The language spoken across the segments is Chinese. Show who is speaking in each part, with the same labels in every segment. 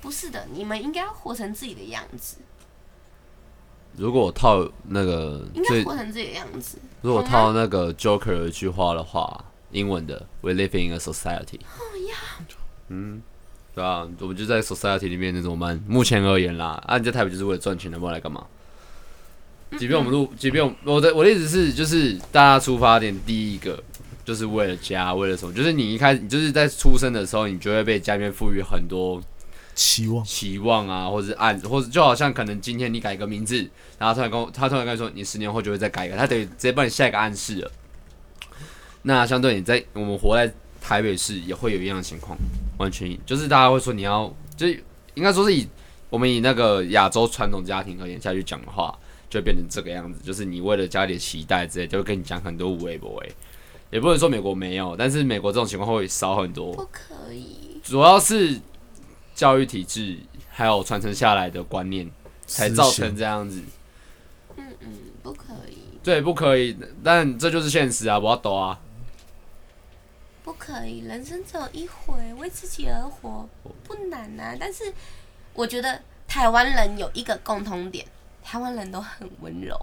Speaker 1: 不是的，你们应该要活成自己的样子，
Speaker 2: 如果我套那个
Speaker 1: 应该
Speaker 2: 最，
Speaker 1: 活成自己的样子。
Speaker 2: 如果
Speaker 1: 好吗
Speaker 2: 套那个 Joker 的一句话的话，英文的 “We live in a society”。嗯，对啊，我们就在 society 里面，那怎么办？目前而言啦，啊，你在台北就是为了赚钱的，不然来干嘛？
Speaker 1: 嗯
Speaker 2: 即便我们录，即便我我的我的意思是，就是大家出发点第一个就是为了家，为了什么？就是你一开始，你就是在出生的时候，你就会被家里面赋予很多
Speaker 3: 期望
Speaker 2: 期望啊，或者是暗，或者就好像可能今天你改一个名字，然后他突然跟我，他突然跟你说你十年后就会再改一个，他等于直接帮你下一个暗示了。那相对你在我们活在台北市也会有一样的情况，完全就是大家会说你要，就是应该说是以我们以那个亚洲传统家庭而言下去讲的话，就会变成这个样子，就是你为了家里的期待之类，就会跟你讲很多无为不为。也不能说美国没有，但是美国这种情况会少很多。
Speaker 1: 不可以，
Speaker 2: 主要是教育体制还有传承下来的观念，才造
Speaker 3: 思
Speaker 2: 成
Speaker 3: 想
Speaker 2: 这样子。
Speaker 1: 嗯嗯，不可以，
Speaker 2: 对，不可以，但这就是现实啊！我要抖啊！
Speaker 1: 不可以，人生只有一回，为自己而活不难啊。但是我觉得台湾人有一个共通点，台湾人都很温柔。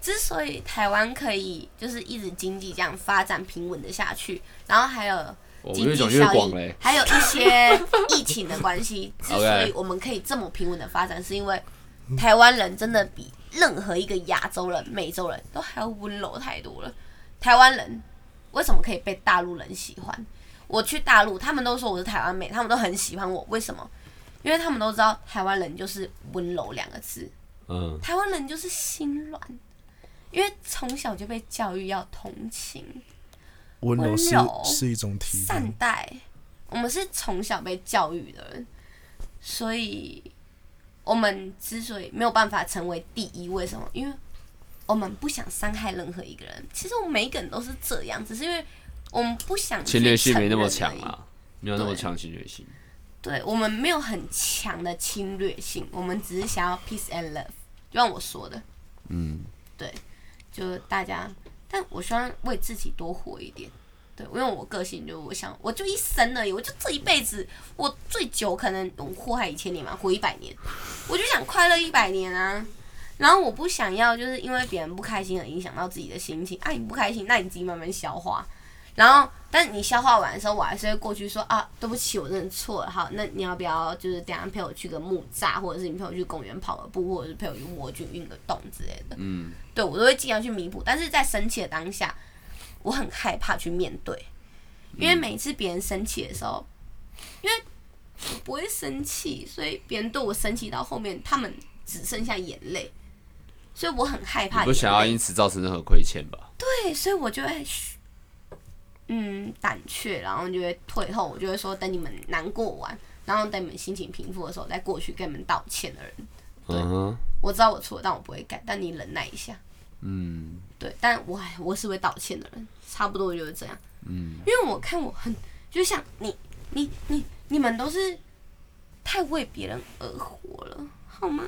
Speaker 1: 之所以台湾可以就是一直经济这样发展平稳的下去，然后还有
Speaker 2: 我
Speaker 1: 经
Speaker 2: 哦越
Speaker 1: 济
Speaker 2: 讲越
Speaker 1: 效
Speaker 2: 广
Speaker 1: 益，
Speaker 2: 嘞、
Speaker 1: 还有一 些疫情的关系，之
Speaker 2: OK
Speaker 1: 所以我们可以这么平稳的发展，是因为台湾人真的比任何一个亚洲人、美洲人都还要温柔太多了。台湾人为什么可以被大陆人喜欢？我去大陆，他们都说我是台湾妹，他们都很喜欢我，为什么？因为他们都知道台湾人就是温柔两个字，
Speaker 2: 嗯，
Speaker 1: 台湾人就是心软，因为从小就被教育要同情。
Speaker 3: 温柔是
Speaker 1: 温柔
Speaker 3: 是一种体
Speaker 1: 善
Speaker 3: 验，
Speaker 1: 待，我们是从小被教育的人，所以我们之所以没有办法成为第一，为什么？因为我们不想伤害任何一个人。其实我们每一个人都是这样，只是因为我们不想
Speaker 2: 侵略性
Speaker 1: 去承
Speaker 2: 没那么
Speaker 1: 认
Speaker 2: 强
Speaker 1: 而已。
Speaker 2: 啊，没有那么
Speaker 1: 对
Speaker 2: 强侵略性。
Speaker 1: 对我们没有很强的侵略性，我们只是想要 peace and love，就像我说的，
Speaker 2: 嗯，
Speaker 1: 就大家，但我希望为自己多活一点。对，因为我个性就我想，我就一生而已，我就这一辈子，我最久可能我活还一千年嘛，活一百年，我就想快乐一百年啊。然后我不想要就是因为别人不开心而影响到自己的心情，啊，你不开心，那你自己慢慢消化。然后，但你消化完的时候，我还是会过去说啊，对不起，我真的错了。好，那你要不要就是等一下陪我去个木栅，或者是你陪我去公园跑个步，或者是陪我去蜗居运个动之类的。
Speaker 2: 嗯，
Speaker 1: 对我都会尽量去弥补，但是在生气的当下，我很害怕去面对，因为每次别人生气的时候，因为我不会生气，所以别人对我生气到后面，他们只剩下眼泪，所以我很害
Speaker 2: 你
Speaker 1: 怕。
Speaker 2: 不想要因此造成任何亏欠吧？
Speaker 1: 对，所以我就会嘘嗯胆怯，然后就会退后，我就会说等你们难过完，然后等你们心情平复的时候再过去跟你们道歉的人。对
Speaker 2: 嗯哼，
Speaker 1: 我知道我错了，但我不会改，但你忍耐一下。
Speaker 2: 嗯，
Speaker 1: 对，但我还我是会道歉的人，差不多就是这样。嗯，因为我看我很，就像你、你、你、你们都是太为别人而活了，好吗？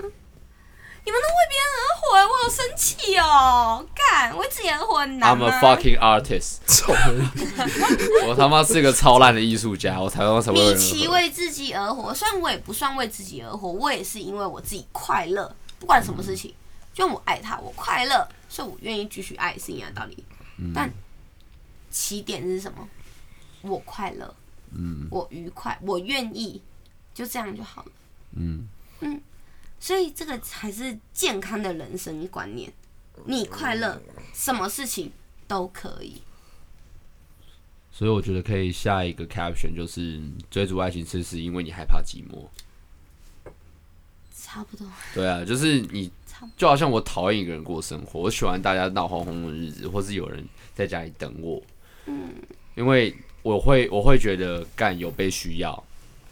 Speaker 1: 你们都为别人而活，我好生气哦！干，为自己而活很难
Speaker 2: I'm
Speaker 1: 吗
Speaker 2: a fucking artist，
Speaker 3: 臭人
Speaker 2: 我他妈是个超烂的艺术家，我才他妈才会有
Speaker 1: 米
Speaker 2: 人
Speaker 1: 奇
Speaker 2: 喝
Speaker 1: 为自己而活，虽然我也不算为自己而活，我也是因为我自己快乐，不管什么事情，就我爱他，我快乐，所以我愿意继续爱是一样的道理。
Speaker 2: 嗯
Speaker 1: 但起点是什么？我快乐，嗯，我愉快，我愿意，就这样就好了。
Speaker 2: 嗯
Speaker 1: 嗯，所以这个才是健康的人生观念。你快乐，什么事情都可以。
Speaker 2: 所以我觉得可以下一个 caption 就是追逐爱情，是是因为你害怕寂寞。
Speaker 1: 差不多，
Speaker 2: 对啊，就是你
Speaker 1: 差不多
Speaker 2: 就好像我讨厌一个人过生活，我喜欢大家闹哄哄的日子，或是有人在家里等我。因为我会我会觉得干有被需要。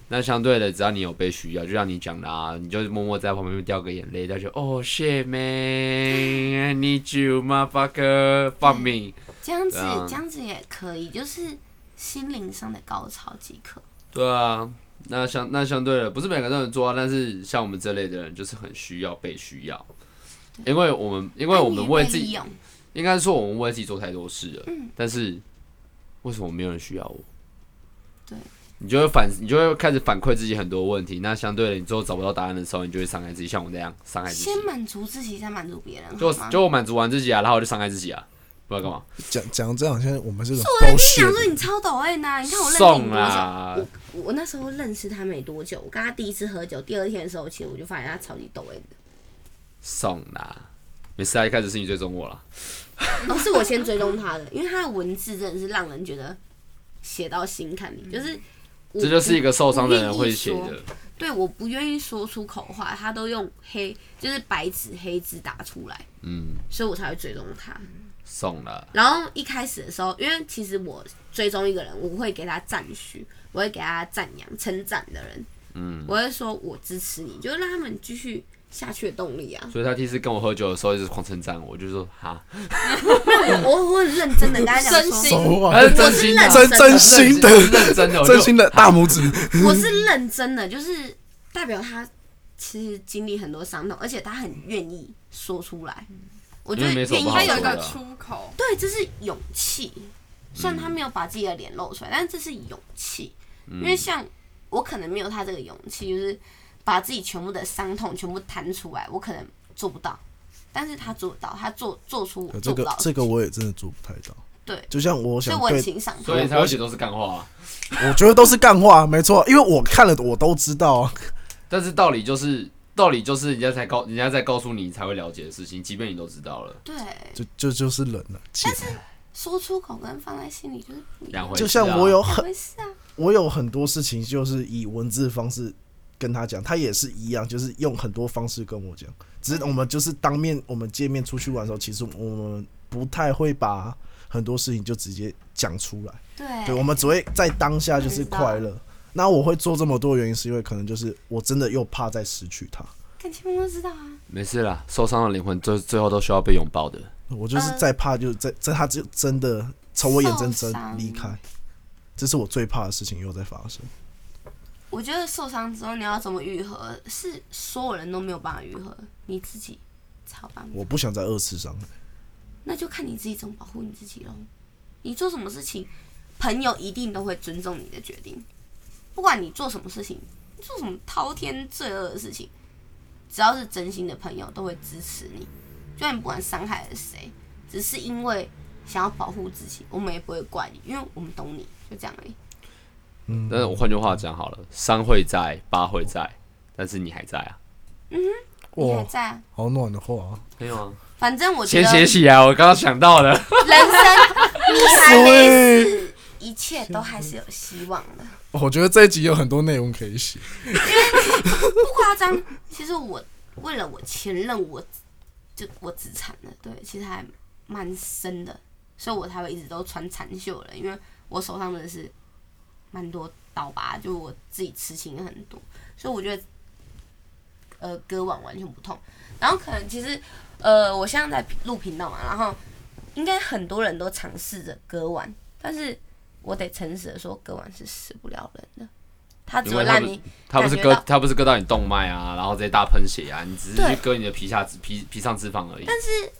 Speaker 2: 那相对的，只要你有被需要，就像你讲的啊，你就默默在旁边掉个眼泪，他就哦、shit man，I need you motherfucker，放命。
Speaker 1: 这样子、
Speaker 2: 对啊
Speaker 1: 这样子也可以，就是心灵上的高潮即可。
Speaker 2: 对啊，那相那相对的，不是每个人都能做啊到，但是像我们这类的人，就是很需要被需要，因为我们因为我们为自己
Speaker 1: 爱你也被利用
Speaker 2: 应该说我们为
Speaker 1: 嗯
Speaker 2: 自己做太多事了，但是为什么没有人需要我？
Speaker 1: 对，
Speaker 2: 你就会反，你就会开始反馈自己很多问题。那相对的，你最后找不到答案的时候，你就会伤害自己，像我那样伤害自己
Speaker 1: 先。满足自己，再满足别人，
Speaker 2: 就
Speaker 1: 好吗
Speaker 2: 就我满足完自己啊，然后我就伤害自己啊，不知道干嘛。
Speaker 3: 讲讲这样，现在我们这种
Speaker 1: 我在跟你讲说
Speaker 3: bullshit，
Speaker 1: 你超抖 M 呐、你看我认识你
Speaker 2: 送啊
Speaker 1: 多久？
Speaker 2: 啦，
Speaker 1: 我我那时候认识他没多久，我跟他第一次喝酒，第二天的时候，其实我就发现他超级抖哎 M 的，
Speaker 2: 送啦，没事啊，一开始是你追踪我了。
Speaker 1: 哦，是我先追踪他的，因为他的文字真的是让人觉得写到心坎里，就是我
Speaker 2: 嗯这就是一个受伤的
Speaker 1: 我
Speaker 2: 人
Speaker 1: 愿意
Speaker 2: 会写
Speaker 1: 说
Speaker 2: 的，
Speaker 1: 对我不愿意说出口话，他都用黑就是白纸黑字打出来，
Speaker 2: 嗯，
Speaker 1: 所以我才会追踪他。
Speaker 2: 送了，
Speaker 1: 然后一开始的时候，因为其实我追踪一个人，我会给他赞许，我会给他赞扬、称赞的人，
Speaker 2: 嗯，
Speaker 1: 我会说我支持你，就是让他们继续下去的动力 啊。
Speaker 2: 所以他第一次跟我喝酒的时候一直狂称赞我，我就说哈，
Speaker 1: 我我很认真的跟他讲
Speaker 4: 真
Speaker 1: 说，
Speaker 4: 心
Speaker 3: 手
Speaker 2: 他
Speaker 3: 腕
Speaker 2: 是真心的啊，
Speaker 3: 真真
Speaker 2: 是
Speaker 3: 心的，
Speaker 2: 认真的，我就
Speaker 3: 真心的大拇指，
Speaker 1: 我是认真的，就是代表他其实经历很多伤痛，而且他很愿意说出来。我觉得
Speaker 2: 因嗯为没
Speaker 1: 愿
Speaker 2: 什么
Speaker 1: 意
Speaker 2: 不好
Speaker 4: 他
Speaker 1: 说
Speaker 4: 有
Speaker 2: 说
Speaker 4: 一
Speaker 2: 的
Speaker 4: 个出口，
Speaker 1: 对，这是勇气。虽然他没有把自己的脸露出来，但这是勇气。因
Speaker 3: 嗯
Speaker 1: 为像我可能没有他这个勇气，就是把自己全部的伤痛全部弹出来，我可能做不到。但是他做得到，他做做出我
Speaker 3: 呃这
Speaker 1: 做不
Speaker 3: 个
Speaker 1: 到的
Speaker 3: 这
Speaker 1: 事情，
Speaker 3: 个我也真的做不太到。
Speaker 1: 对
Speaker 3: 就像我
Speaker 1: 所以
Speaker 3: 想
Speaker 1: 我很
Speaker 3: 对
Speaker 1: 欣赏他
Speaker 2: 所。以才会写都是干话啊。
Speaker 3: 我觉得都是干话，没错，因为我看了，我都知道啊。
Speaker 2: 但是道理就是道理就是人家才告人家在告诉你才会了解的事情，即便你都知道了，
Speaker 1: 对，
Speaker 3: 就就就是人了，气
Speaker 2: 啊
Speaker 1: 说出口跟放在心里就是不一样
Speaker 2: 两回事啊
Speaker 3: 就像我有
Speaker 1: 两
Speaker 3: 很
Speaker 1: 回事啊。
Speaker 3: 我有很多事情就是以文字方式跟他讲，他也是一样，就是用很多方式跟我讲。只是我们就是当面我们见面出去玩的时候，其实我们不太会把很多事情就直接讲出来。对，我
Speaker 1: 对，
Speaker 3: 们只会在当下就是快乐。那我会做这么多，原因是因为可能就是我真的又怕再失去他，
Speaker 1: 感情我都知道啊。
Speaker 2: 没事啦，受伤的灵魂最最后都需要被拥抱的。
Speaker 3: 我就是再怕就是在在他就真的从我眼睁睁
Speaker 1: 受伤
Speaker 3: 离开，这是我最怕的事情又在发生。
Speaker 1: 我觉得受伤之后你要怎么愈合，是所有人都没有办法愈合，你自己才有办法。
Speaker 3: 我不想再二次伤害。
Speaker 1: 那就看你自己怎么保护你自己喽。你做什么事情，朋友一定都会尊重你的决定，不管你做什么事情，你做什么滔天罪恶的事情，只要是真心的朋友都会支持你，就算你不管伤害了谁，只是因为想要保护自己，我们也不会怪你，因为我们懂你，就这样而已。
Speaker 3: 嗯
Speaker 2: 但是我换句话讲好了，伤会在，疤会在，但是你还在啊。
Speaker 1: 你还
Speaker 3: 哇，
Speaker 1: 在啊，
Speaker 3: 好暖的话、啊，
Speaker 2: 没有啊，
Speaker 1: 反正我觉
Speaker 2: 先
Speaker 1: 得
Speaker 2: 写起来，我刚刚想到的。
Speaker 1: 人生你还没死，一切都还是有希望的。
Speaker 3: 我觉得这一集有很多内容可以写。
Speaker 1: 不夸张，其实我为了我前任，我就我自残了，对，其实还蛮深的，所以我才会一直都穿长袖了，因为我手上真的是蛮多刀疤，就我自己刺青也很多，所以我觉得呃割腕完全不痛。然后可能其实呃我现在在录频道嘛，然后应该很多人都尝试着割腕，但是我得诚实的说，割腕是死不了人的，它只
Speaker 2: 因
Speaker 1: 会
Speaker 2: 为它
Speaker 1: 让
Speaker 2: 不
Speaker 1: 你。
Speaker 2: 他不是
Speaker 1: 感
Speaker 2: 割
Speaker 1: 觉到，
Speaker 2: 他不是割到你动脉啊，然后直接大喷血啊，你只是
Speaker 1: 对
Speaker 2: 去割你的皮下脂皮皮上脂肪而已。
Speaker 1: 但是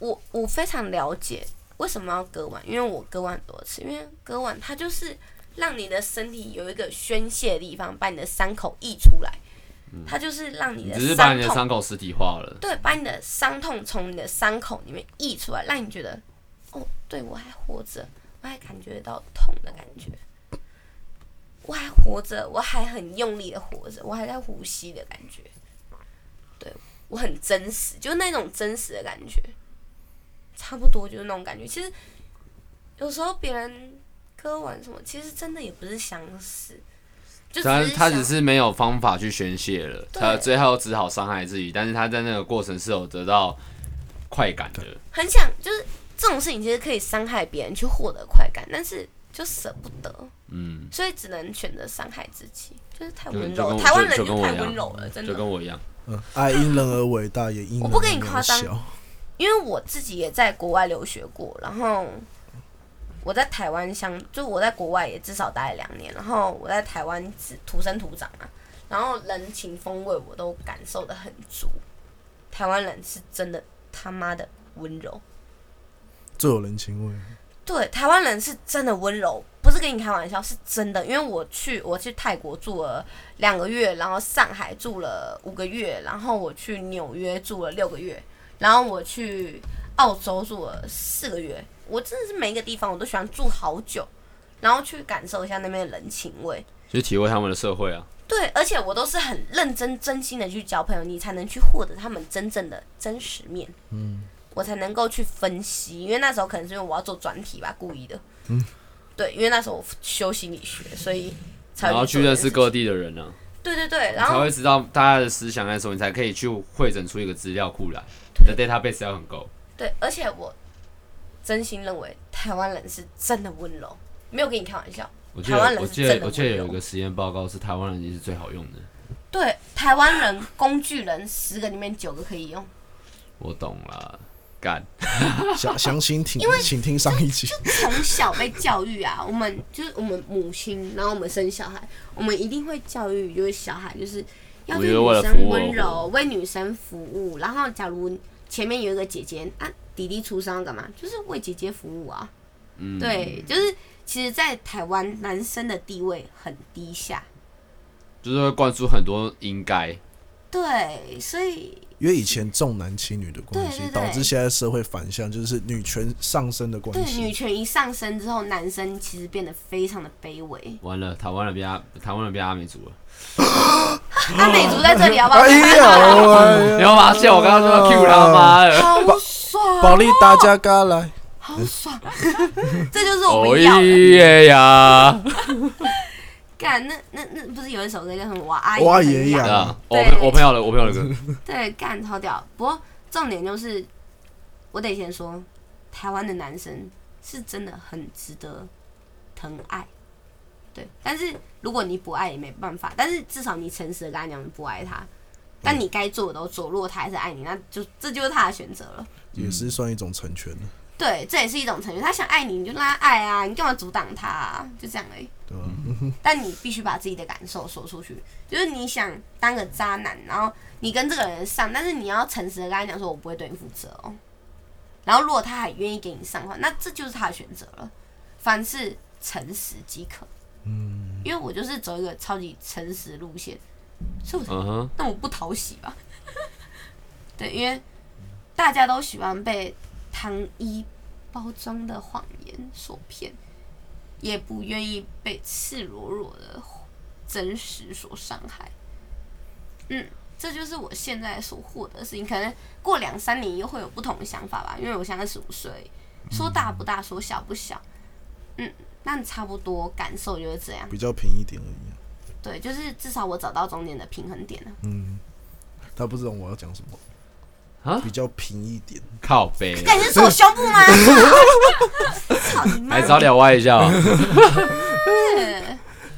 Speaker 1: 我我非常了解为什么要割腕，因为我割腕很多次，因为割腕它就是让你的身体有一个宣泄的地方，把你的伤口溢出来，它就是让你
Speaker 2: 你
Speaker 1: 的
Speaker 2: 只是把
Speaker 1: 伤
Speaker 2: 你的
Speaker 1: 痛，
Speaker 2: 伤口实体化了。
Speaker 1: 对，把你的伤痛从你的伤口里面溢出来，让你觉得哦，对我还活着，我还感觉到痛的感觉。我还活着，我还很用力的活着，我还在呼吸的感觉，对我很真实，就是那种真实的感觉，差不多就是那种感觉。其实有时候别人割完什么，其实真的也不是想死，就
Speaker 2: 他
Speaker 1: 只是
Speaker 2: 他
Speaker 1: 想
Speaker 2: 只是没有方法去宣泄了，
Speaker 1: 对
Speaker 2: 他最后只好伤害自己，但是他在那个过程是有得到快感的。
Speaker 1: 很想，就是这种事情其实可以伤害别人去获得快感，但是就舍不得，
Speaker 2: 嗯，
Speaker 1: 所以只能选择伤害自己，就是太
Speaker 2: 就
Speaker 1: 温
Speaker 2: 就
Speaker 1: 柔
Speaker 2: 跟
Speaker 1: 了。
Speaker 2: 我
Speaker 1: 台湾
Speaker 2: 就
Speaker 1: 人
Speaker 2: 就跟我
Speaker 1: 太
Speaker 2: 一样
Speaker 1: 温柔了，真
Speaker 2: 就
Speaker 1: 的。
Speaker 2: 跟我一样，
Speaker 3: 嗯，爱因人而伟大，也因人而
Speaker 1: 我不跟你夸张
Speaker 3: 渺小
Speaker 1: 因为我自己也在国外留学过，然后我在台湾相，就我在国外也至少待了两年，然后我在台湾只土生土长啊，然后人情风味我都感受的很足。台湾人是真的他妈的温柔，
Speaker 3: 最有人情味。
Speaker 1: 对，台湾人是真的温柔，不是是跟你开玩笑，是真的。因为我去我去泰国住了两个月，然后上海住了五个月，然后我去纽约住了六个月，然后我去澳洲住了四个月。我真的是每一个地方我都喜欢住好久，然后去感受一下那边的人情味。
Speaker 2: 去体会他们的社会啊。
Speaker 1: 对，而且我都是很认真、真心的去交朋友，你才能去获得他们真正的真实面。嗯，我才能够去分析，因为那时候可能是因为我要做专题吧，故意的。嗯，对，因为那时候我修心理学，所以才
Speaker 2: 然后
Speaker 1: 会
Speaker 2: 去
Speaker 1: 做
Speaker 2: 认
Speaker 1: 这
Speaker 2: 识
Speaker 1: 件事
Speaker 2: 各地的人啊，
Speaker 1: 对对对，然
Speaker 2: 才
Speaker 1: 后
Speaker 2: 会知道大家的思想在什么，你才可以去汇整出一个资料库来。你的 database 要很够，
Speaker 1: 对，而且我真心认为台湾人是真的温柔，没有跟你开玩笑。
Speaker 2: 我记
Speaker 1: 台湾
Speaker 2: 得
Speaker 1: 人
Speaker 2: 我
Speaker 1: 是
Speaker 2: 记
Speaker 1: 真
Speaker 2: 得
Speaker 1: 的
Speaker 2: 我记得
Speaker 1: 会
Speaker 2: 有
Speaker 1: 用
Speaker 2: 一个实验报告是台湾人也是最好用的。
Speaker 1: 对，台湾人工具人十个里面九个可以用，
Speaker 2: 我懂了，干，
Speaker 3: 详详情请请听上一集。
Speaker 1: 从小被教育啊，我们就是我们母亲，然后我们生小孩，我们一定会教育就是小孩就是要对
Speaker 2: 我觉
Speaker 1: 女生
Speaker 2: 得为了服务
Speaker 1: 温
Speaker 2: 而活
Speaker 1: 柔，为女生服务。然后假如前面有一个姐姐啊，弟弟出生要干嘛？就是为姐姐服务啊。
Speaker 2: 嗯，
Speaker 1: 对，就是其实，在台湾男生的地位很低下。
Speaker 2: 就是会灌输很多应该，
Speaker 1: 对，所以
Speaker 3: 因为以前重男轻女的关系
Speaker 1: 对对，对
Speaker 3: 导致现在社会反向，就是女权上升的关
Speaker 1: 对女
Speaker 3: 系。
Speaker 1: 权一上升之后，男生其实变得非常的卑微。
Speaker 2: 完了，台湾人变阿，台湾人变阿美族了。哦
Speaker 1: 阿啊美族在这里好不好？
Speaker 3: 哎呦喂！
Speaker 2: 你有没有发现我刚刚说 Q 他妈的？
Speaker 1: 好爽，啊
Speaker 3: 保利达加嘎来，
Speaker 1: 好爽，啊 这就是我
Speaker 5: 哎
Speaker 2: 哦
Speaker 1: 们要的。
Speaker 2: 耶呀！
Speaker 1: 干那那那不是有一首歌叫什么？我阿姨
Speaker 3: 我阿
Speaker 1: 很
Speaker 3: 姨
Speaker 1: 痒
Speaker 3: 呀对啊
Speaker 2: 啊，我
Speaker 1: 对
Speaker 2: 朋我朋友的我朋友的 歌，
Speaker 1: 对，干超屌。不过重点就是，我得先说，台湾的男生是真的很值得疼爱。对，但是如果你不爱也没办法，但是至少你诚实的跟他讲你不爱他，但你该做的都做。如果他还是爱你，那就这就是他的选择了。
Speaker 3: 也是算一种成全了，
Speaker 1: 对，这也是一种成全。他想爱你，你就让他爱啊，你干嘛阻挡他、啊？就这样而已。
Speaker 3: 对吧？
Speaker 1: 但你必须把自己的感受说出去。就是你想当个渣男，然后你跟这个人上，但是你要诚实的跟他讲说，我不会对你负责哦。然后如果他还愿意给你上的话，那这就是他的选择了。凡事诚实即可。嗯，因为我就是走一个超级诚实路线，所以我才
Speaker 2: 嗯哼，
Speaker 1: 那我不讨喜吧？ 对，因为大家都喜欢被糖衣包装的谎言所骗，也不愿意被赤裸裸的真实所伤害。嗯，这就是我现在所获得的事情。可能过两三年又会有不同的想法吧，因为我现在二十五岁，说大不大，说小不小。嗯，但差不多感受就是这样。
Speaker 3: 比较平一点而已。
Speaker 1: 对，就是至少我找到中间的平衡点了。
Speaker 3: 嗯，他不知道我要讲什么
Speaker 2: 啊
Speaker 3: 比较平一点。
Speaker 2: 靠背，
Speaker 1: 感觉是我胸部吗？操你妈
Speaker 2: 还！早点歪一下啊。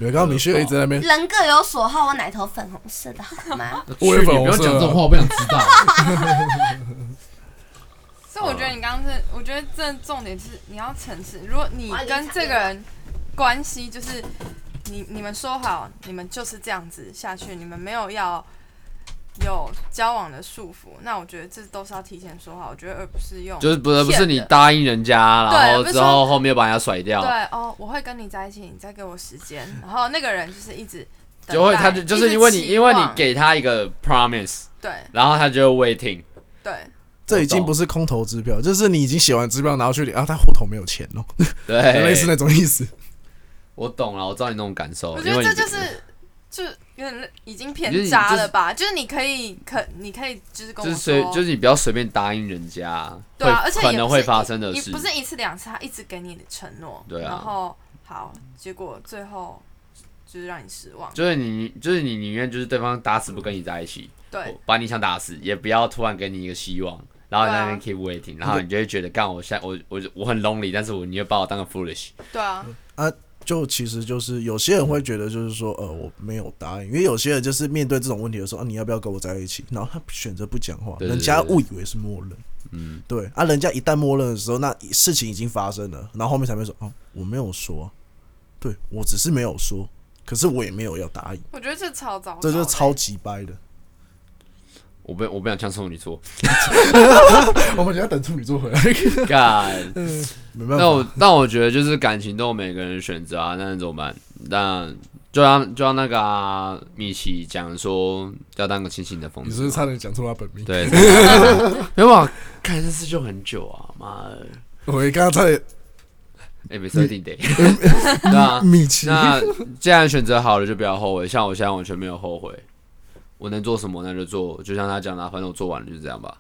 Speaker 3: 因为刚刚米旭一直在那边，
Speaker 1: 人各有所好，我奶头粉红色的好 吗？
Speaker 4: 我也
Speaker 2: 去
Speaker 4: 粉
Speaker 2: 你
Speaker 4: 红
Speaker 2: 不要
Speaker 4: 色
Speaker 2: 讲这
Speaker 4: 啊
Speaker 2: 种话，我不想知 道。
Speaker 5: 所以我觉得你刚刚是，我觉得这重点是你要诚实。如果你跟这个人关系就是你你们说好，你们就是这样子下去，你们没有要有交往的束缚，那我觉得这都是要提前说好。我觉得而不是用
Speaker 2: 就是不是不是
Speaker 5: 骗
Speaker 2: 你
Speaker 5: 的
Speaker 2: 答应人家，然
Speaker 5: 对
Speaker 2: 后
Speaker 5: 不是
Speaker 2: 之
Speaker 5: 说
Speaker 2: 后后面又把人家甩掉，
Speaker 5: 对哦，我会跟你在一起，你再给我时间。然后那个人就是一直等
Speaker 2: 就会
Speaker 5: 待
Speaker 2: 他就
Speaker 5: 一
Speaker 2: 就是
Speaker 5: 直
Speaker 2: 因为你
Speaker 5: 期
Speaker 2: 因为你
Speaker 5: 望
Speaker 2: 给他一个 promise，
Speaker 5: 对
Speaker 2: 然后他就会 waiting，
Speaker 5: 对
Speaker 3: 这已经不是空头支票，就是你已经写完支票，然后去领啊，他户头没有钱哦，
Speaker 2: 对，
Speaker 3: 类似那种意思。
Speaker 2: 我懂了，我知道你那种感受，
Speaker 5: 我觉
Speaker 2: 因
Speaker 5: 得
Speaker 2: 为
Speaker 5: 这
Speaker 2: 你
Speaker 5: 就是就有点已经
Speaker 2: 就是
Speaker 5: 偏
Speaker 2: 你
Speaker 5: 渣
Speaker 2: 就是
Speaker 5: 了吧？就是你可以可你可以就是跟
Speaker 2: 就
Speaker 5: 我
Speaker 2: 是
Speaker 5: 说
Speaker 2: 随，就是你不要随便答应人家，
Speaker 5: 对啊，
Speaker 2: 会
Speaker 5: 而且也
Speaker 2: 可
Speaker 5: 不
Speaker 2: 能
Speaker 5: 是
Speaker 2: 会
Speaker 5: 一
Speaker 2: 发生的
Speaker 5: 也
Speaker 2: 事，
Speaker 5: 不是一次两次，他一直给你的承诺，
Speaker 2: 对啊
Speaker 5: 然后好，结果最后就是让你失望，
Speaker 2: 就是你就是你宁愿就是对方打死不跟你在一起，
Speaker 5: 对
Speaker 2: 把你想打死，也不要突然给你一个希望。然后在那边
Speaker 3: 啊
Speaker 2: keep waiting，、然后你就会觉得干我现在我我我很 lonely，但是我你会把我当个 foolish，
Speaker 5: 对啊，
Speaker 3: 就其实就是有些人会觉得就是说，呃，我没有答应，因为有些人就是面对这种问题的时候，啊，你要不要跟我在一起？然后他选择不讲话，
Speaker 2: 对对对
Speaker 3: 人家误以为是默认，
Speaker 2: 嗯，
Speaker 3: 对啊，人家一旦默认的时候，那事情已经发生了，然后后面才会说，哦、我没有说啊，对我只是没有说，可是我也没有要答应，
Speaker 5: 欸我觉得这超糟糕的，
Speaker 3: 这就是超级掰的。
Speaker 2: 我不我不想呛处女座，
Speaker 3: 我们就要等处女座回来。
Speaker 2: 干。
Speaker 3: 没办
Speaker 2: 那我
Speaker 3: 法，
Speaker 2: 但我觉得就是感情都有每个人的选择啊，那怎么办？那就让就让那个、啊、米奇讲说要当个清醒的疯
Speaker 3: 你是
Speaker 2: 子
Speaker 3: 不
Speaker 2: 嘛
Speaker 3: 是，差点讲出他本名？
Speaker 2: 对， 没办法，看这次就很久啊，妈的，
Speaker 3: 我刚刚差点
Speaker 2: 哎、没设定的， 对啊，
Speaker 3: 米奇，
Speaker 2: 那既然选择好了，就不要后悔。像我现在完全没有后悔，我能做什么那就做，就像他讲的啊，反正我做完了就是这样吧。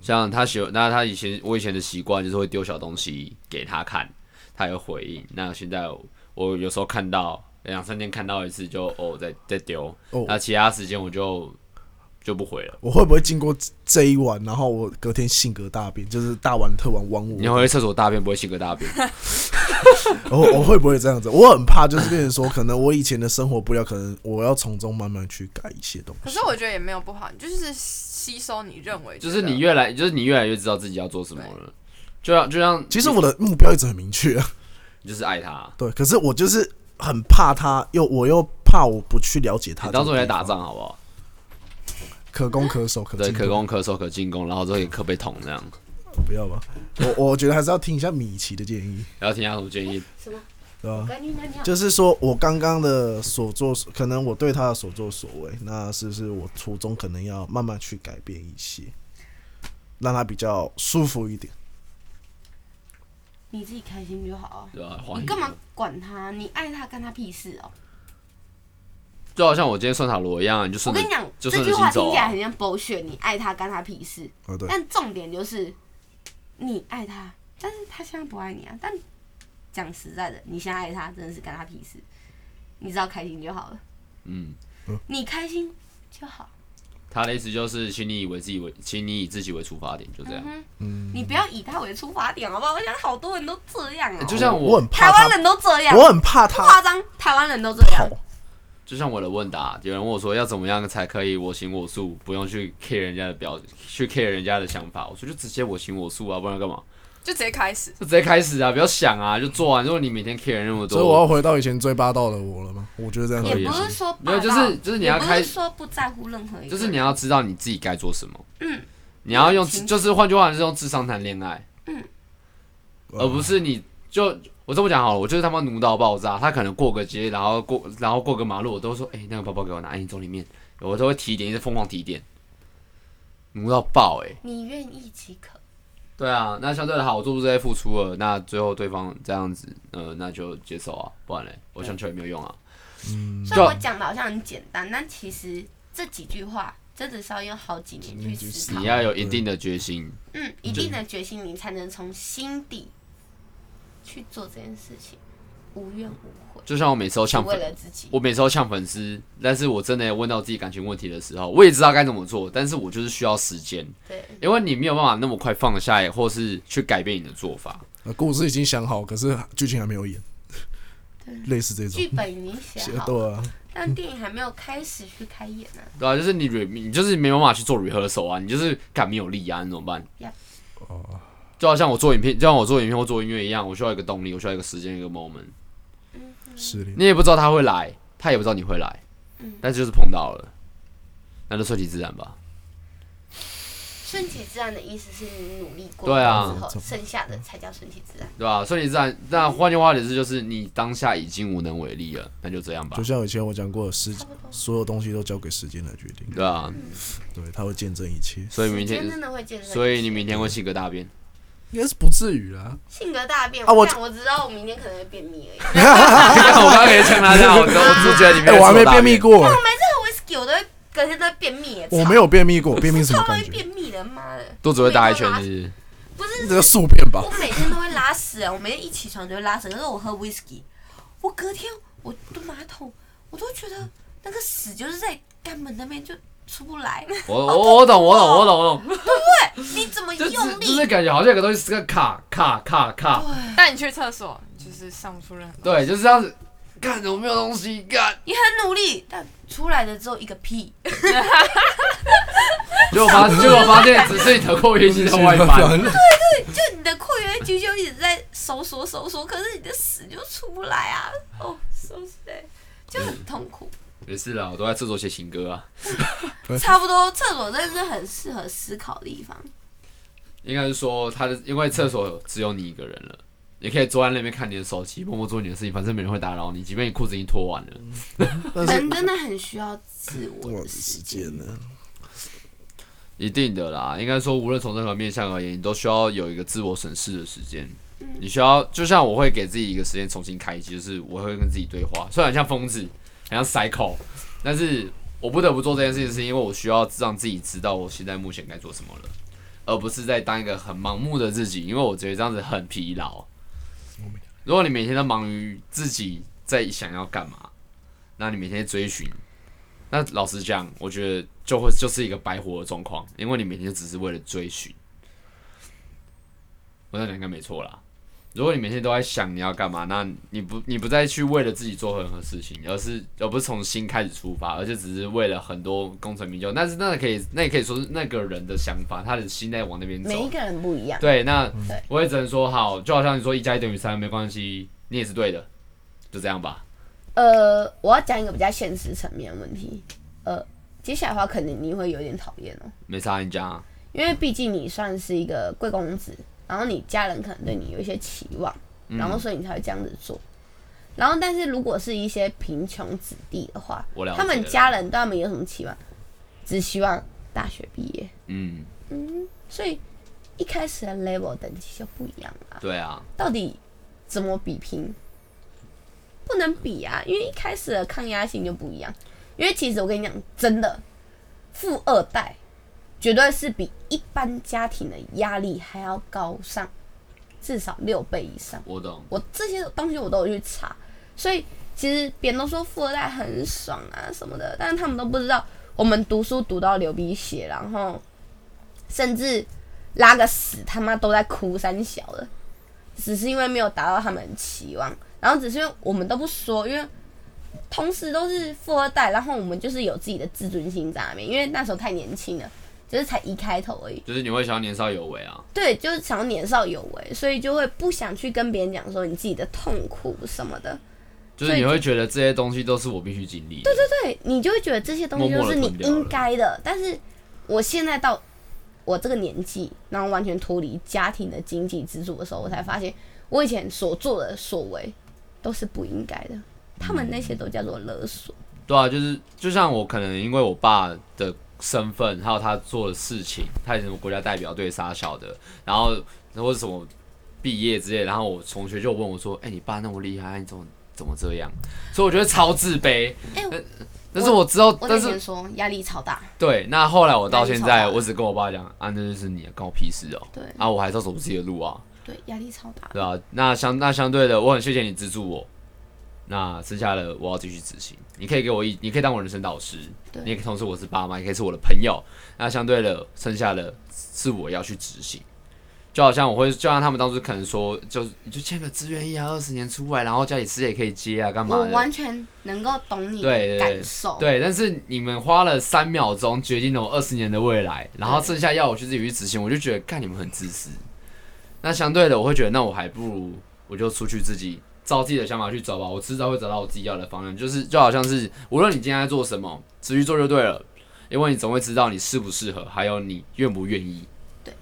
Speaker 2: 像他喜欢，那他以前我以前的习惯就是会丢小东西给他看，他有回应。那现在我我有时候看到两三天看到一次就哦再再丢，
Speaker 3: 哦
Speaker 2: 那其他时间我就就不回了。
Speaker 3: 我会不会经过这一晚，然后我隔天性格大变，就是大玩特玩玩我？
Speaker 2: 你回厕所大便不会性格大 便，
Speaker 3: 我我会不会这样子？我很怕，就是变成说，可能我以前的生活步调，可能我要从中慢慢去改一些东西。
Speaker 5: 可是我觉得也没有不好，就是吸收你认为
Speaker 2: 就是你越来就是你越来越知道自己要做什么了。就像就像
Speaker 3: 其实我的目标一直很明确啊，
Speaker 2: 你就是爱他，
Speaker 3: 对，可是我就是很怕他，又我又怕我不去了解他。
Speaker 2: 你当做你在打
Speaker 3: 仗，
Speaker 2: 仗好不好？
Speaker 3: 可攻可守，可
Speaker 2: 对，
Speaker 3: 进
Speaker 2: 可
Speaker 3: 可
Speaker 2: 攻可守可进攻，然后之后也可被捅这样。
Speaker 3: 不要吧。我我觉得还是要听一下米奇的建议，
Speaker 2: 然后听他什么建议？
Speaker 1: 什么？
Speaker 3: 对吧？
Speaker 1: 赶紧尿 尿。
Speaker 3: 就是说我刚刚的所作，可能我对他的所作所为，那是不是我途中可能要慢慢去改变一些，让他比较舒服一点？
Speaker 1: 你自己开心就好
Speaker 2: 对吧？
Speaker 1: 啊，
Speaker 2: 黄
Speaker 1: 你干嘛管他？你爱他干他屁事哦！
Speaker 2: 就好像我今天算塔罗一样，你就
Speaker 1: 我
Speaker 2: 顺着
Speaker 1: 跟你讲，
Speaker 2: 就
Speaker 1: 这
Speaker 2: 顺着
Speaker 1: 句话听
Speaker 2: 行走
Speaker 1: 起来
Speaker 2: 啊。
Speaker 1: 很像狗血，你爱他干他屁事。
Speaker 3: 哦，对，
Speaker 1: 但重点就是，你爱他，但是他现在不爱你啊。但讲实在的，你现在爱他真的是干他屁事，你只要开心就好了，
Speaker 2: 嗯，
Speaker 1: 你开心就好。
Speaker 2: 他的意思就是，请你以为自己为，请你以自己为出发点，就这样
Speaker 1: 嗯。哼，
Speaker 3: 嗯，
Speaker 1: 你不要以他为出发点，好不好？我想好多人都这样啊、
Speaker 2: 就像
Speaker 3: 我
Speaker 2: 我
Speaker 3: 很，怕
Speaker 1: 台湾
Speaker 3: 他，
Speaker 1: 人都这样，
Speaker 3: 我很怕
Speaker 1: 不
Speaker 3: 他
Speaker 1: 夸张，台湾人都这样
Speaker 3: 跑。。
Speaker 2: 就像我的问答，有人问我说要怎么样才可以我行我素，不用去 care 人家的表，去 care 人家的想法。我说就直接我行我素啊，不然干嘛？
Speaker 5: 就直接开始。
Speaker 2: 就直接开始啊，不要想啊，就做啊。如果你每天 care 那么
Speaker 3: 所以我要
Speaker 2: 多，
Speaker 3: 回到以前最霸道的我了吗？我觉得这样
Speaker 2: 可以
Speaker 1: 也
Speaker 2: 啊
Speaker 1: 不
Speaker 3: 子
Speaker 1: 是说霸
Speaker 2: 没有，
Speaker 1: 道，
Speaker 2: 就是就是你
Speaker 1: 也
Speaker 2: 要
Speaker 1: 不
Speaker 2: 开
Speaker 1: 是，说不在乎任何一个人，
Speaker 2: 就是你要知道你自己该做什么。
Speaker 1: 嗯，
Speaker 2: 你要用，
Speaker 1: 情
Speaker 2: 就是换句话就是用智商谈恋爱。而不是你就我这么讲好了，我就是他妈奴到爆炸。他可能过个街，然后过然后过个马路，我都说哎、欸那个包包给我拿，哎、你走里面，我都会提点，一直疯狂提点，奴到爆哎、欸
Speaker 1: 你愿意即可。
Speaker 2: 对啊，那相对的好，我做出这些付出了，那最后对方这样子，呃，那就接受啊，不然嘞，我强求也没有用啊。
Speaker 1: 虽然我讲的好像很简单，但其实这几句话真的是要用好几年去思考
Speaker 2: 你。要有一定的决心，
Speaker 1: 嗯，一定的决心，你才能从心底去做这件事情，无怨无悔，
Speaker 2: 就像我每次都
Speaker 1: 只
Speaker 2: 呛
Speaker 1: 为
Speaker 2: 粉，
Speaker 1: 了自己。
Speaker 2: 我每次都呛粉丝，但是我真的问到自己感情问题的时候，我也知道该怎么做，但是我就是需要时间。
Speaker 1: 对，
Speaker 2: 因为你没有办法那么快放下，也或是去改变你的做法。
Speaker 3: 呃故事已经想好，可是剧情还没有演，类似这种
Speaker 1: 剧。本已经写好，
Speaker 3: 对啊，
Speaker 1: 但电影还没有开始去开演呢、
Speaker 2: 对啊，就是你 re 你就是没办法去做 rehearsal 啊，你就是赶没有力啊，你怎么办
Speaker 1: Yep
Speaker 3: 哦
Speaker 2: 就好像我做影片，就像我做影片或做音乐一样，我需要一个动力，我需要一个时间，一个 moment。
Speaker 3: 失恋。
Speaker 2: 你也不知道他会来，他也不知道你会来，
Speaker 1: 嗯
Speaker 2: 但是就是碰到了，那就顺其自然吧。
Speaker 1: 顺其自然的意思是你努力过
Speaker 2: 对啊
Speaker 1: 之后，剩下的才叫顺其自然。
Speaker 2: 对吧、顺其自然。那换句话解释就是，你当下已经无能为力了，那就这样吧
Speaker 3: 就。像以前我讲过，时
Speaker 1: 差不多
Speaker 3: 所有东西都交给时间来决定，
Speaker 2: 对啊，
Speaker 3: 对，他会见证一切。
Speaker 2: 所以明
Speaker 1: 嗯时间
Speaker 2: 天
Speaker 1: 真，的会见证一切，
Speaker 2: 所以你明天会性格大变。
Speaker 3: 应该是不至于啦，
Speaker 1: 性格大变
Speaker 3: 啊我
Speaker 1: 我想我知道我明天可能会便秘而 已。
Speaker 2: 我刚刚也呛他这样，我我只觉得你没
Speaker 3: 哎、
Speaker 2: 有
Speaker 3: 我还没
Speaker 2: 性格大
Speaker 3: 便秘过、
Speaker 1: 我每次喝 whisky 我都会隔天都会便秘耶，
Speaker 3: 我
Speaker 1: 操
Speaker 3: 没有便秘过，便秘是什
Speaker 1: 超
Speaker 3: 么
Speaker 1: 容
Speaker 3: 感
Speaker 1: 易
Speaker 3: 觉？
Speaker 1: 便秘的，妈的！
Speaker 2: 肚子会大一圈，是不是？
Speaker 1: 不是
Speaker 3: 这个宿便吧
Speaker 1: 我？每天都会拉屎啊，我每天一起床就会拉屎。可是我喝 whisky，我隔天我蹲马桶，我都觉得那个屎就是在肛门那边就出不 来。
Speaker 2: 我我我懂我懂我懂我懂，
Speaker 1: 你怎么
Speaker 2: 就
Speaker 1: 用
Speaker 2: 是就
Speaker 1: 力
Speaker 2: 是？感觉好像有个东西是个卡卡卡卡，
Speaker 5: 带你去厕所，就是上不出任何。
Speaker 2: 对，就是这样子。干，我没有东西干，
Speaker 1: 你很努力，但出来的之后一个屁。
Speaker 2: 结果发结果发现只是你得过运气的外 翻，
Speaker 1: 就你的括约肌就一直在收缩收缩，可是你的屎就出不来啊！哦，收缩，就很痛苦。
Speaker 2: 没事啦，我都在厕所写情歌啊。
Speaker 3: 差不多，厕所真的是很适合思考的地方。
Speaker 2: 应该是说他的，因为厕所只有你一个人了，你可以坐在那边看你的手机，默默做你的事情，反正没人会打扰你，即便你裤子已经脱完了。
Speaker 6: 但是
Speaker 3: 人真的很需要自我
Speaker 6: 我
Speaker 3: 的时
Speaker 6: 时
Speaker 3: 间。
Speaker 6: 间呢？
Speaker 2: 一定的啦，应该说无论从任何面向而言，你都需要有一个自我审视的时间。你需要，就像我会给自己一个时间重新开机，就是我会跟自己对话，虽然很像疯子，很像 psycho，但是我不得不做这件事情，是因为我需要让自己知道我现在目前该做什么了，而不是在当一个很盲目的自己，因为我觉得这样子很疲劳。如果你每天都忙于自己在想要干嘛，那你每天追寻那老实讲，我觉得就会就是一个白活的状况，因为你每天只是为了追寻。我在讲应该没错啦。如果你每天都在想你要干嘛，那你不你不再去为了自己做任何事情，而是而不是从心开始出发，而且只是为了很多功成名就，但是那可以那也可以说是那个人的想法，他的心在往那边走。
Speaker 1: 每一个人不一样。
Speaker 2: 对，那
Speaker 1: 对
Speaker 2: 我也只能说好，就好像你说一加一等于三，没关系，你也是对的，就这样吧。
Speaker 1: 呃，我要讲一个比较现实层面的问题。呃，接下来的话，可能你会有点讨厌哦，
Speaker 2: 没差，你讲啊、
Speaker 1: 因为毕竟你算是一个贵公子，然后你家人可能对你有一些期望，然后所以你才会这样子做。然后，但是如果是一些贫穷子弟的话
Speaker 2: 我了，解
Speaker 1: 他们
Speaker 2: 了
Speaker 1: 家人对他们有什么期望？只希望大学毕业，
Speaker 2: 嗯，
Speaker 1: 所以一开始的 level 等级就不一样啊。
Speaker 2: 对啊，
Speaker 1: 到底怎么比拼？不能比啊，因为一开始的抗压性就不一样。因为其实我跟你讲，真的，富二代绝对是比一般家庭的压力还要高上至少六倍以上。
Speaker 2: 我懂。
Speaker 1: 我这些东西我都有去查，所以其实别人都说富二代很爽啊什么的，但是他们都不知道，我们读书读到流鼻血，然后甚至拉个屎他妈都在哭三小的，只是因为没有达到他们的期望，然后只是因为我们都不说，因为。同时都是富二代，然后我们就是有自己的自尊心在那边，因为那时候太年轻了，就是才一开头而已。
Speaker 2: 就是你会想要年少有为啊，
Speaker 1: 对，就是想要年少有为，所以就会不想去跟别人讲说你自己的痛苦什么的。
Speaker 2: 就是你会觉得这些东西都是我必须经历的。
Speaker 1: 对你就会觉得这些东西
Speaker 2: 默
Speaker 1: 都
Speaker 2: 默地
Speaker 1: 是你
Speaker 2: 吞掉了
Speaker 1: 应该的，但是我现在到我这个年纪，然后完全脱离家庭的经济支柱的时候，我才发现我以前所做的所为都是不应该的。他们那些都叫做勒索，
Speaker 2: 对啊，就是就像我可能因为我爸的身份，还有他做的事情，他以前是国家代表队杀小的，然后或者什么毕业之类，然后我同学就问我说：“哎、你爸那么厉害，你怎么怎么这样？”所以我觉得超自卑。
Speaker 3: 哎我
Speaker 2: 但但是我知道，
Speaker 3: 我
Speaker 2: 但
Speaker 3: 之
Speaker 2: 是
Speaker 3: 前说压力超大，
Speaker 2: 对，那后来我到现
Speaker 3: 压力超
Speaker 2: 在，
Speaker 3: 大的
Speaker 2: 我只跟我爸讲：“啊，那就是你的，关我屁事哦、
Speaker 3: 对
Speaker 2: 啊，我还是要走自己的路啊。”
Speaker 3: 对，压力超大。
Speaker 2: 对啊，那相那相对的，我很谢谢你资助我。那剩下的我要继续执行。你可以给我意，你可以当我人生导师，
Speaker 3: 对
Speaker 2: 你也可以同时我是爸妈，也可以是我的朋友。那相对的，剩下的是我要去执行。就好像我会，就像他们当初可能说，就是你就签个志愿役啊，二十年出来，然后家里事业可以接啊，干嘛
Speaker 3: 我
Speaker 2: 的？
Speaker 3: 完全能够懂你
Speaker 2: 对对
Speaker 3: 的
Speaker 2: 对
Speaker 3: 感受，
Speaker 2: 对，但是你们花了三秒钟决定了我二十年的未来，然后剩下要我去自己去执行，我就觉得看你们很自私。那相对的，我会觉得那我还不如我就出去自己照自己的想法去走吧，我迟早会找到我自己要的方向。就是就好像是无论你今天在做什么，持续做就对了，因为你总会知道你适不适合，还有你愿不愿意。
Speaker 3: 对，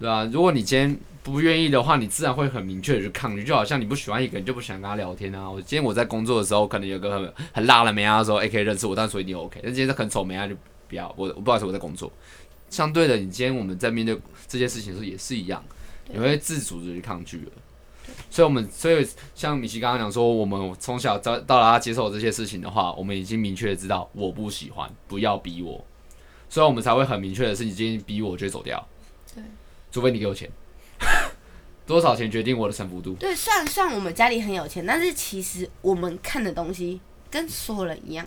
Speaker 2: 对啊，如果你今天不愿意的话，你自然会很明确的去抗拒。就好像你不喜欢一个人，就不想跟他聊天啊。我今天我在工作的时候，可能有个很很辣的妹啊，说哎、可以认识我，但所以你 OK。但今天很丑妹啊，就不要我，我不好意思我在工作。相对的，你今天我们在面对这些事情的时候也是一样，你会自主的去抗拒了。所以，我们所以像米奇刚刚讲说，我们从小到到了他接受这些事情的话，我们已经明确的知道我不喜欢，不要逼我，所以我们才会很明确的是，你今天逼我，我就会走掉。
Speaker 3: 对，
Speaker 2: 除非你给我钱， 多少钱决定我的臣服度。
Speaker 3: 对，虽然虽然我们家里很有钱，但是其实我们看的东西跟所有人一样，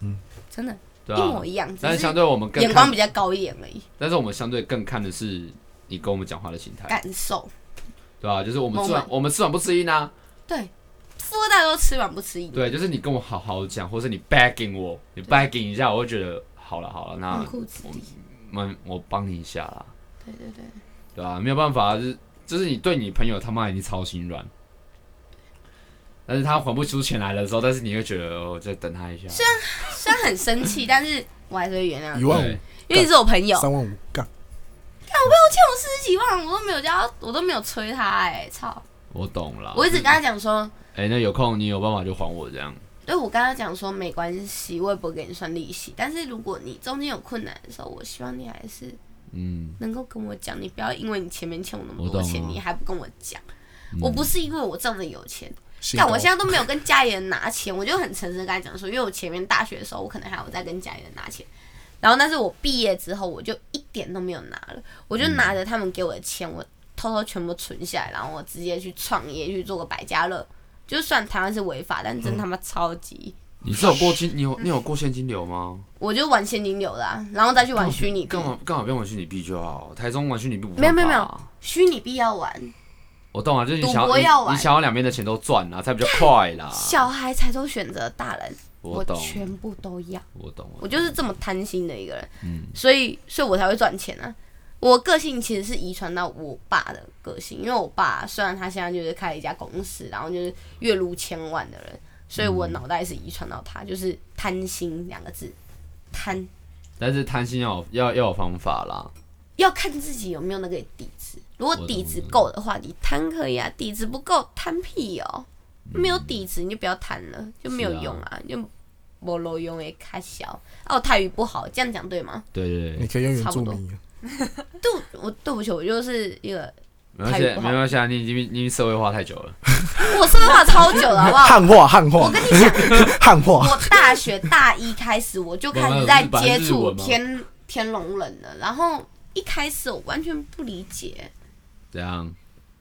Speaker 3: 嗯，真的，
Speaker 2: 对
Speaker 3: 一
Speaker 2: 啊
Speaker 3: 模，一样，只
Speaker 2: 但是
Speaker 3: 是
Speaker 2: 相对我们更
Speaker 3: 眼光
Speaker 2: 看
Speaker 3: 比，较高一点而已，
Speaker 2: 但是我们相对更看的是你跟我们讲话的心态，
Speaker 3: 感受。
Speaker 2: 对啊，就是我们吃软
Speaker 3: Moment
Speaker 2: 我们吃软不吃硬啊，
Speaker 3: 对，富二代都吃软不吃硬，
Speaker 2: 对，就是你跟我好好讲，或是你 begging 我，你 begging 一下，我会觉得好了好了，那
Speaker 3: 纨绔子弟。
Speaker 2: 们我帮你一下啦，
Speaker 3: 对对对，
Speaker 2: 对啊，没有办法，就是就是你对你朋友他妈已经超心软，但是他还不出钱来的时候，但是你会觉得哦，再等他一下，
Speaker 1: 虽然很生气，但是我还是会原谅
Speaker 3: 一
Speaker 1: 你，
Speaker 3: 万
Speaker 2: 对
Speaker 3: 五、
Speaker 1: 因为你是我朋友。
Speaker 3: 三万五，干，
Speaker 1: 看我被我欠我四十几万，我都没有叫他，我都没有催他、哎，操！
Speaker 2: 我懂了。
Speaker 1: 我一直跟他讲说，
Speaker 2: 哎、那有空你有办法就还我这样。
Speaker 1: 对我跟他讲说没关系，我也不会给你算利息，但是如果你中间有困难的时候，我希望你还是
Speaker 2: 嗯，
Speaker 1: 能够跟我讲，你不要因为你前面欠我那么
Speaker 2: 我
Speaker 1: 多
Speaker 2: 懂
Speaker 1: 钱，
Speaker 2: 啊
Speaker 1: 你还不跟我讲。
Speaker 2: 嗯
Speaker 1: 我不是因为我挣的有钱，
Speaker 3: 性
Speaker 1: 但
Speaker 3: 高
Speaker 1: 我现在都没有跟家里人拿钱，我就很诚实地跟他讲说，因为我前面大学的时候，我可能还有在跟家里人拿钱，然后但是我毕业之后，我就一点都没有拿了，我就拿着他们给我的钱，我偷偷全部存下来，然后我直接去创业，去做个百家乐。就算台湾是违法，但
Speaker 2: 嗯
Speaker 1: 真他妈超级，
Speaker 2: 你是有过金，你有
Speaker 1: 嗯
Speaker 2: 你有过现金流吗？
Speaker 1: 我就玩现金流啦、然后再去玩虚拟币
Speaker 2: 干，嘛干嘛不用玩虚拟币就好？台中玩虚拟币不
Speaker 1: 没有没有
Speaker 2: 犯
Speaker 1: 没
Speaker 2: 法
Speaker 1: 有
Speaker 2: 啊，
Speaker 1: 虚拟币要玩，
Speaker 2: 我懂啊，就是你
Speaker 1: 赌
Speaker 2: 想
Speaker 1: 博
Speaker 2: 你
Speaker 1: 要玩
Speaker 2: 你想要两边的钱都赚啊，才比较快 啦。
Speaker 1: 小孩才都选择大人，
Speaker 2: 我懂，
Speaker 1: 全部都要。
Speaker 2: 我懂，
Speaker 1: 我就是这么贪心的一个人，
Speaker 2: 嗯
Speaker 1: 所以所以我才会赚钱啊。我个性其实是遗传到我爸的个性，因为我爸虽然他现在就是开了一家公司，然后就是月入千万的人，所以我脑袋是遗传到他，就是贪心两个字，贪
Speaker 2: 但是贪心要有要要有方法啦。
Speaker 1: 要看自己有没有那个底子，如果
Speaker 2: 我懂
Speaker 1: 底子够的话，你贪可以啊，底子不够贪屁哦，没有底子你就不要贪了，就没有
Speaker 2: 是啊
Speaker 1: 用啊，就没路用诶，开销。哦、我泰语不好，这样讲对吗？
Speaker 2: 对对
Speaker 3: 你
Speaker 2: 对，
Speaker 3: 可以用原
Speaker 1: 差不
Speaker 3: 住
Speaker 1: 多
Speaker 3: 民啊，
Speaker 1: 对，我对不起，我就是一个
Speaker 2: 没关
Speaker 1: 泰语
Speaker 2: 系，
Speaker 1: 不
Speaker 2: 没
Speaker 1: 好
Speaker 2: 关系，啊，你已经你已经社会化太久了。
Speaker 1: 我社会化超久了，好不 好？
Speaker 3: 汉化汉化
Speaker 1: 我跟你讲，
Speaker 3: 汉化，
Speaker 1: 我大学大一开始我就开始在接 触天天龙人了，然后一开始我完全不理解，
Speaker 2: 怎样？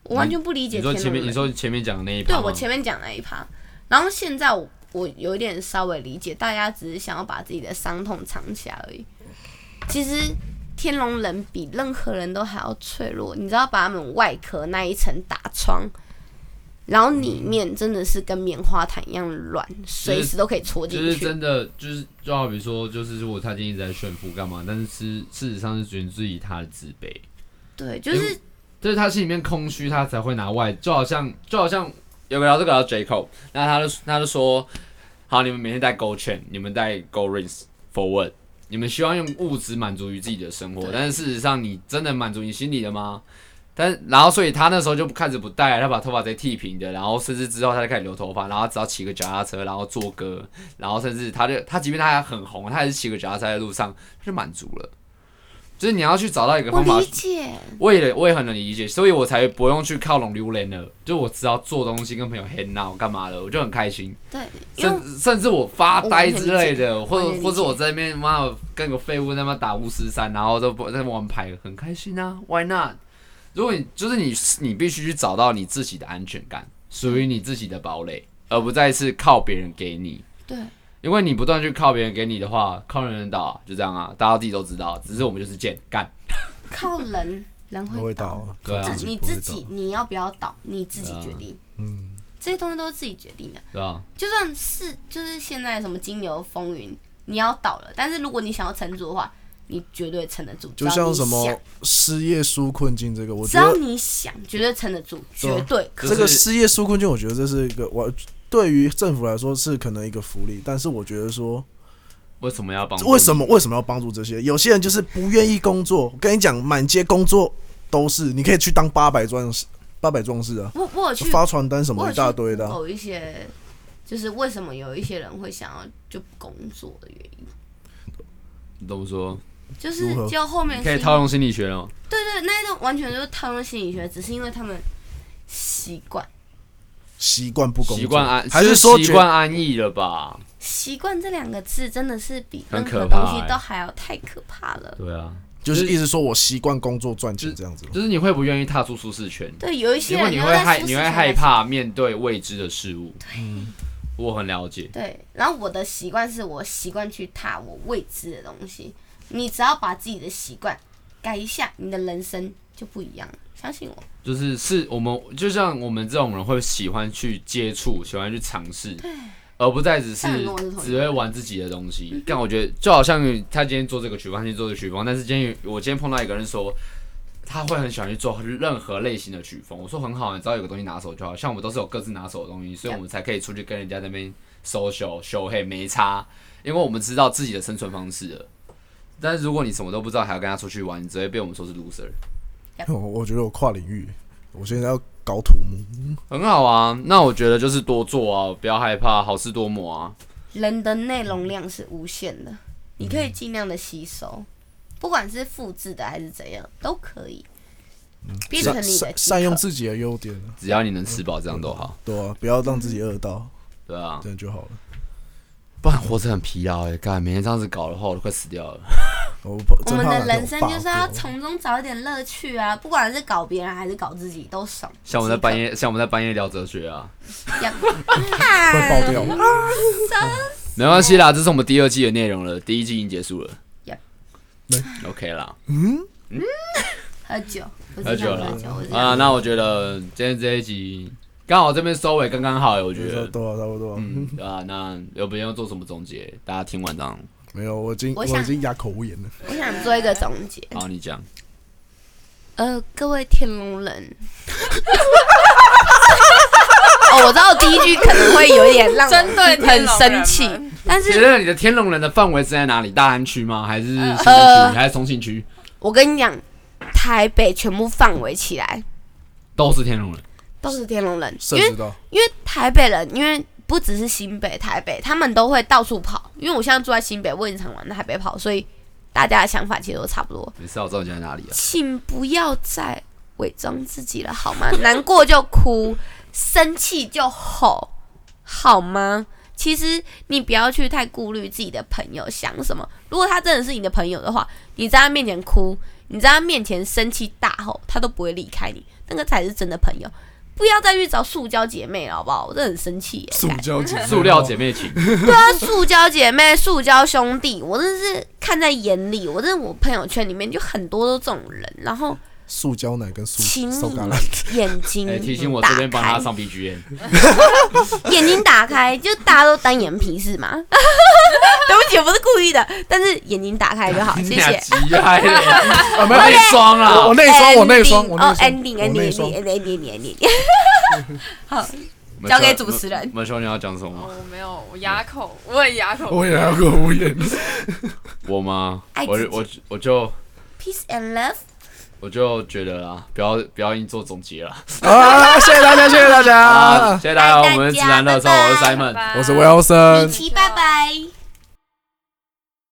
Speaker 1: 我完全不理解
Speaker 2: 你
Speaker 1: 天
Speaker 2: 说前
Speaker 1: 龙
Speaker 2: 面你
Speaker 1: 人。
Speaker 2: 说前面讲的那一趴
Speaker 1: 对
Speaker 2: 吗，
Speaker 1: 我前面讲那一趴，然后现在我我有一点稍微理解，大家只是想要把自己的伤痛藏起来而已。其实天龙人比任何人都还要脆弱，你知道把他们外壳那一层打穿，然后里
Speaker 2: 嗯
Speaker 1: 面真的是跟棉花糖一样软，随时都可以戳
Speaker 2: 就
Speaker 1: 进
Speaker 2: 是
Speaker 1: 去。
Speaker 2: 真的，就是就好比说，就是如果他今天一直在炫富干嘛，但是事事实上是源自于他的自卑，
Speaker 1: 对，就是
Speaker 2: 就是他心里面空虚，他才会拿外，就好像就好像有个聊这个叫 J Cole，那他就他就说，好，你们每天戴 Gold Chain，你们戴 Gold Rings Forward，你们希望用物质满足于自己的生活，但是事实上你真的满足你心里了吗？但然后，所以他那时候就开始不戴，他把头发直接剃平的，然后甚至之后他就开始留头发，然后只要骑个脚踏车，然后做歌，然后甚至他就他即便他很红，他还是骑个脚踏车在路上，他就满足了。就是你要去找到一个
Speaker 1: 我
Speaker 2: 方法
Speaker 1: 理，解，
Speaker 2: 我也我也很能理解，所以我才不用去靠拢榴莲了。就我只要做东西跟朋友 hang out 干嘛的，我就很开心。
Speaker 1: 对，因为
Speaker 2: 甚甚至我发呆之类的，或
Speaker 1: 我
Speaker 2: 者
Speaker 1: 能理解
Speaker 2: 或者我在那边妈的跟个废物在那边打巫师三，然后都不在那边玩牌，很开心啊，Why not？如果你就是你，你必须去找到你自己的安全感，属于你自己的堡垒，而不再是靠别人给你。
Speaker 1: 对，
Speaker 2: 因为你不断去靠别人给你的话，靠人人倒啊，就这样啊，大家自己都知道，只是我们就是贱干。
Speaker 1: 靠人人
Speaker 3: 不
Speaker 1: 会
Speaker 3: 会
Speaker 1: 倒。
Speaker 3: 倒，
Speaker 2: 对啊
Speaker 3: 靠
Speaker 1: 你
Speaker 3: 不会
Speaker 1: 自
Speaker 3: 倒
Speaker 1: 己你要不要倒，你自己
Speaker 2: 对啊
Speaker 1: 决定，
Speaker 3: 嗯，
Speaker 1: 这些东西都是自己决定的。
Speaker 2: 对吧？
Speaker 1: 就算是就是现在什么金牛风云，你要倒了，但是如果你想要撑住的话，你绝对撑得住。
Speaker 3: 就像
Speaker 1: 只要
Speaker 3: 什
Speaker 1: 你
Speaker 3: 么
Speaker 1: 想
Speaker 3: 失业纾困金这个，我
Speaker 1: 只
Speaker 3: 觉
Speaker 1: 要
Speaker 3: 得
Speaker 1: 你想，绝对撑得住，
Speaker 3: 对啊
Speaker 1: 绝对可以。
Speaker 2: 就
Speaker 3: 这个
Speaker 2: 是
Speaker 3: 失业纾困金，我觉得这是一个我对于政府来说是可能一个福利，但是我觉得说
Speaker 2: 为什么要帮助你？
Speaker 3: 为什么为什么要帮助这些？有些人就是不愿意工作，我跟你讲，满街工作都是，你可以去当八百壮士，八百壮士啊，
Speaker 1: 我我有去，
Speaker 3: 发传单什
Speaker 1: 我
Speaker 3: 么
Speaker 1: 有
Speaker 3: 一大堆的啊、
Speaker 1: 有一些，就是为什么有一些人会想要就不工作的原因，
Speaker 2: 你怎么说？
Speaker 1: 就是
Speaker 3: 如何
Speaker 1: 就后面
Speaker 2: 可以
Speaker 1: 是因
Speaker 2: 套用心理学了吗。
Speaker 1: 对对，那一种完全就是套用心理学，只是因为他们习惯
Speaker 3: 习惯不工作，
Speaker 2: 习惯安，
Speaker 3: 还是说
Speaker 2: 习
Speaker 3: 觉
Speaker 2: 惯安逸了吧？
Speaker 1: 习惯这两个字真的是比任
Speaker 2: 很
Speaker 1: 何
Speaker 2: 可
Speaker 1: 东
Speaker 2: 怕
Speaker 1: 西
Speaker 2: 欸
Speaker 1: 都还要太可怕了。
Speaker 2: 对啊，
Speaker 3: 就是一直说我习惯工作赚钱这样子，
Speaker 2: 就是你会不愿意踏出舒适圈，
Speaker 1: 对，有一些
Speaker 2: 因为
Speaker 1: 人
Speaker 2: 你
Speaker 1: 就啊
Speaker 2: 会
Speaker 1: 在
Speaker 2: 害，
Speaker 1: 舒
Speaker 2: 你
Speaker 1: 适
Speaker 2: 会
Speaker 1: 圈
Speaker 2: 害
Speaker 1: 内
Speaker 2: 怕面对未知的事物。嗯我很了解。
Speaker 1: 对，然后我的习惯是我习惯去踏我未知的东西。你只要把自己的习惯改一下，你的人生就不一样了。相信我，
Speaker 2: 就是是我们，就像我们这种人会喜欢去接触，喜欢去尝试，而不再只是
Speaker 1: 像你跟我是同一
Speaker 2: 只会玩自己的东西。但我觉得就好像他今天做这个曲风，他今天做这个曲风，但是今天有我今天碰到一个人说，他会很喜欢去做任何类型的曲风。我说很好，你只要有个东西拿手就好。像我们都是有各自拿手的东西，所以我们才可以出去跟人家那边 social 秀嘿没差，因为我们知道自己的生存方式了。但是如果你什么都不知道，还要跟他出去玩，你只会被我们说是 loser。
Speaker 3: 我哦我觉得我跨领域，我现在要搞土木，
Speaker 2: 很好啊，那我觉得就是多做啊，不要害怕，好事多磨啊。
Speaker 7: 人的内容量是无限的，你可以尽量的吸收，不管是复制的还是怎样，都可以变成
Speaker 3: 嗯善
Speaker 7: 你的
Speaker 3: 善
Speaker 7: 即
Speaker 3: 善用
Speaker 7: 可
Speaker 3: 自己的优点啊，
Speaker 2: 只要你能吃饱，这样都好，
Speaker 3: 对啊，不要让自己饿到，
Speaker 2: 对啊
Speaker 3: 这，样就好
Speaker 7: 嗯
Speaker 3: 了。
Speaker 2: 不然活着很疲劳哎、干每天这样子搞的话，我都快死掉了。
Speaker 3: 我怕
Speaker 7: 我
Speaker 3: 真
Speaker 7: 们
Speaker 3: 怕
Speaker 7: 的
Speaker 3: 哪天
Speaker 7: 人生
Speaker 3: 我爸
Speaker 7: 就是要
Speaker 3: 过
Speaker 7: 从中找一点乐趣啊，不管是搞别人还是搞自己，都爽。
Speaker 2: 像我们在半夜，像我们在半夜聊哲学啊，
Speaker 7: 一样，
Speaker 3: 会爆掉。
Speaker 7: 啊
Speaker 2: 没关系啦，这是我们第二季的内容了，第一季已经结束了
Speaker 7: Yep。
Speaker 2: OK 啦，
Speaker 7: 喝酒，不
Speaker 2: 喝
Speaker 7: 是
Speaker 2: 酒
Speaker 7: 想
Speaker 2: 啦
Speaker 7: 喝酒，我是
Speaker 2: 啊，
Speaker 7: 想
Speaker 2: 那我觉得今天这一集刚好这边收尾刚刚好欸，我觉
Speaker 3: 对啊
Speaker 2: 得，，
Speaker 3: 差不多啊。
Speaker 2: 嗯，对啊，那又不用做什么总结，大家听完这样，
Speaker 3: 没有，我已经
Speaker 7: 我
Speaker 3: 我
Speaker 7: 想
Speaker 3: 已经哑口无言了。
Speaker 1: 我想做一个总结，
Speaker 2: 好，你讲，
Speaker 1: 呃，各位天龙人。 哦，我知道第一句可能会有一点让
Speaker 5: 针对天
Speaker 1: 很
Speaker 5: 龙人
Speaker 1: 生
Speaker 5: 们
Speaker 1: 气，但
Speaker 2: 觉
Speaker 1: 是
Speaker 2: 得你的天龙人的范围是在哪里？大安区吗？还是新生区？还是重庆区？
Speaker 1: 我跟你讲，台北全部范围起来
Speaker 2: 都是天龙人，
Speaker 1: 都是天龙人，
Speaker 3: 谁
Speaker 1: 因为
Speaker 3: 知道？
Speaker 1: 因为台北人，因为不只是新北、台北，他们都会到处跑。因为我现在住在新北，我也常往台北跑，所以大家的想法其实都差不多。
Speaker 2: 没事啊，我知道你在哪里啊。
Speaker 1: 请不要再伪装自己了，好吗？ 难过就哭，生气就吼，好吗？其实你不要去太顾虑自己的朋友想什么。如果他真的是你的朋友的话，你在他面前哭，你在他面前生气大吼，他都不会离开你，那个才是真的朋友。不要再去找塑胶姐妹了，好不好？我真的很生气耶！
Speaker 3: 塑胶姐，
Speaker 2: 塑料姐，妹情，
Speaker 1: 对啊，塑胶姐妹、塑胶兄弟，我真是看在眼里。我真的，我朋友圈里面就很多都这种人，然后
Speaker 3: 塑胶奶跟塑
Speaker 1: 请
Speaker 3: 塑胶
Speaker 1: 你
Speaker 3: 奶，
Speaker 1: 眼睛
Speaker 2: 哎、提醒我
Speaker 1: 打
Speaker 2: 这边帮他
Speaker 1: 开
Speaker 2: 上 B G M。
Speaker 1: 眼睛打开，就大家都单眼皮是吗？对不起，我不是故意的，但是眼睛打开就好，谢谢。
Speaker 2: 急嗨了，我
Speaker 3: 没有
Speaker 2: 内双
Speaker 3: 我
Speaker 2: 啦
Speaker 3: 我。内双，我内双，
Speaker 1: Ending，
Speaker 3: 我
Speaker 1: 哦
Speaker 3: 内双，
Speaker 1: ，ending
Speaker 3: 我内
Speaker 1: ending
Speaker 3: 双。
Speaker 1: ending ending ending ending，交给主持人
Speaker 2: 我说你要讲什么？
Speaker 5: 哦我没有，我哑口，我也哑口。
Speaker 3: 我也哑口无言。
Speaker 2: 我吗？
Speaker 1: 爱
Speaker 2: 我
Speaker 1: 自己
Speaker 2: 我我就
Speaker 1: peace and love。
Speaker 2: 我就觉得啦，不要不要硬做总结了。
Speaker 3: 啊，谢谢大家，谢谢大
Speaker 2: 啊，
Speaker 3: 家，
Speaker 2: 谢谢大家，
Speaker 1: 拜拜
Speaker 2: 我们是直男乐手，我是
Speaker 1: 拜
Speaker 2: Simon。
Speaker 5: 拜
Speaker 3: 我是
Speaker 5: 拜
Speaker 3: Wilson。
Speaker 1: 七，拜拜。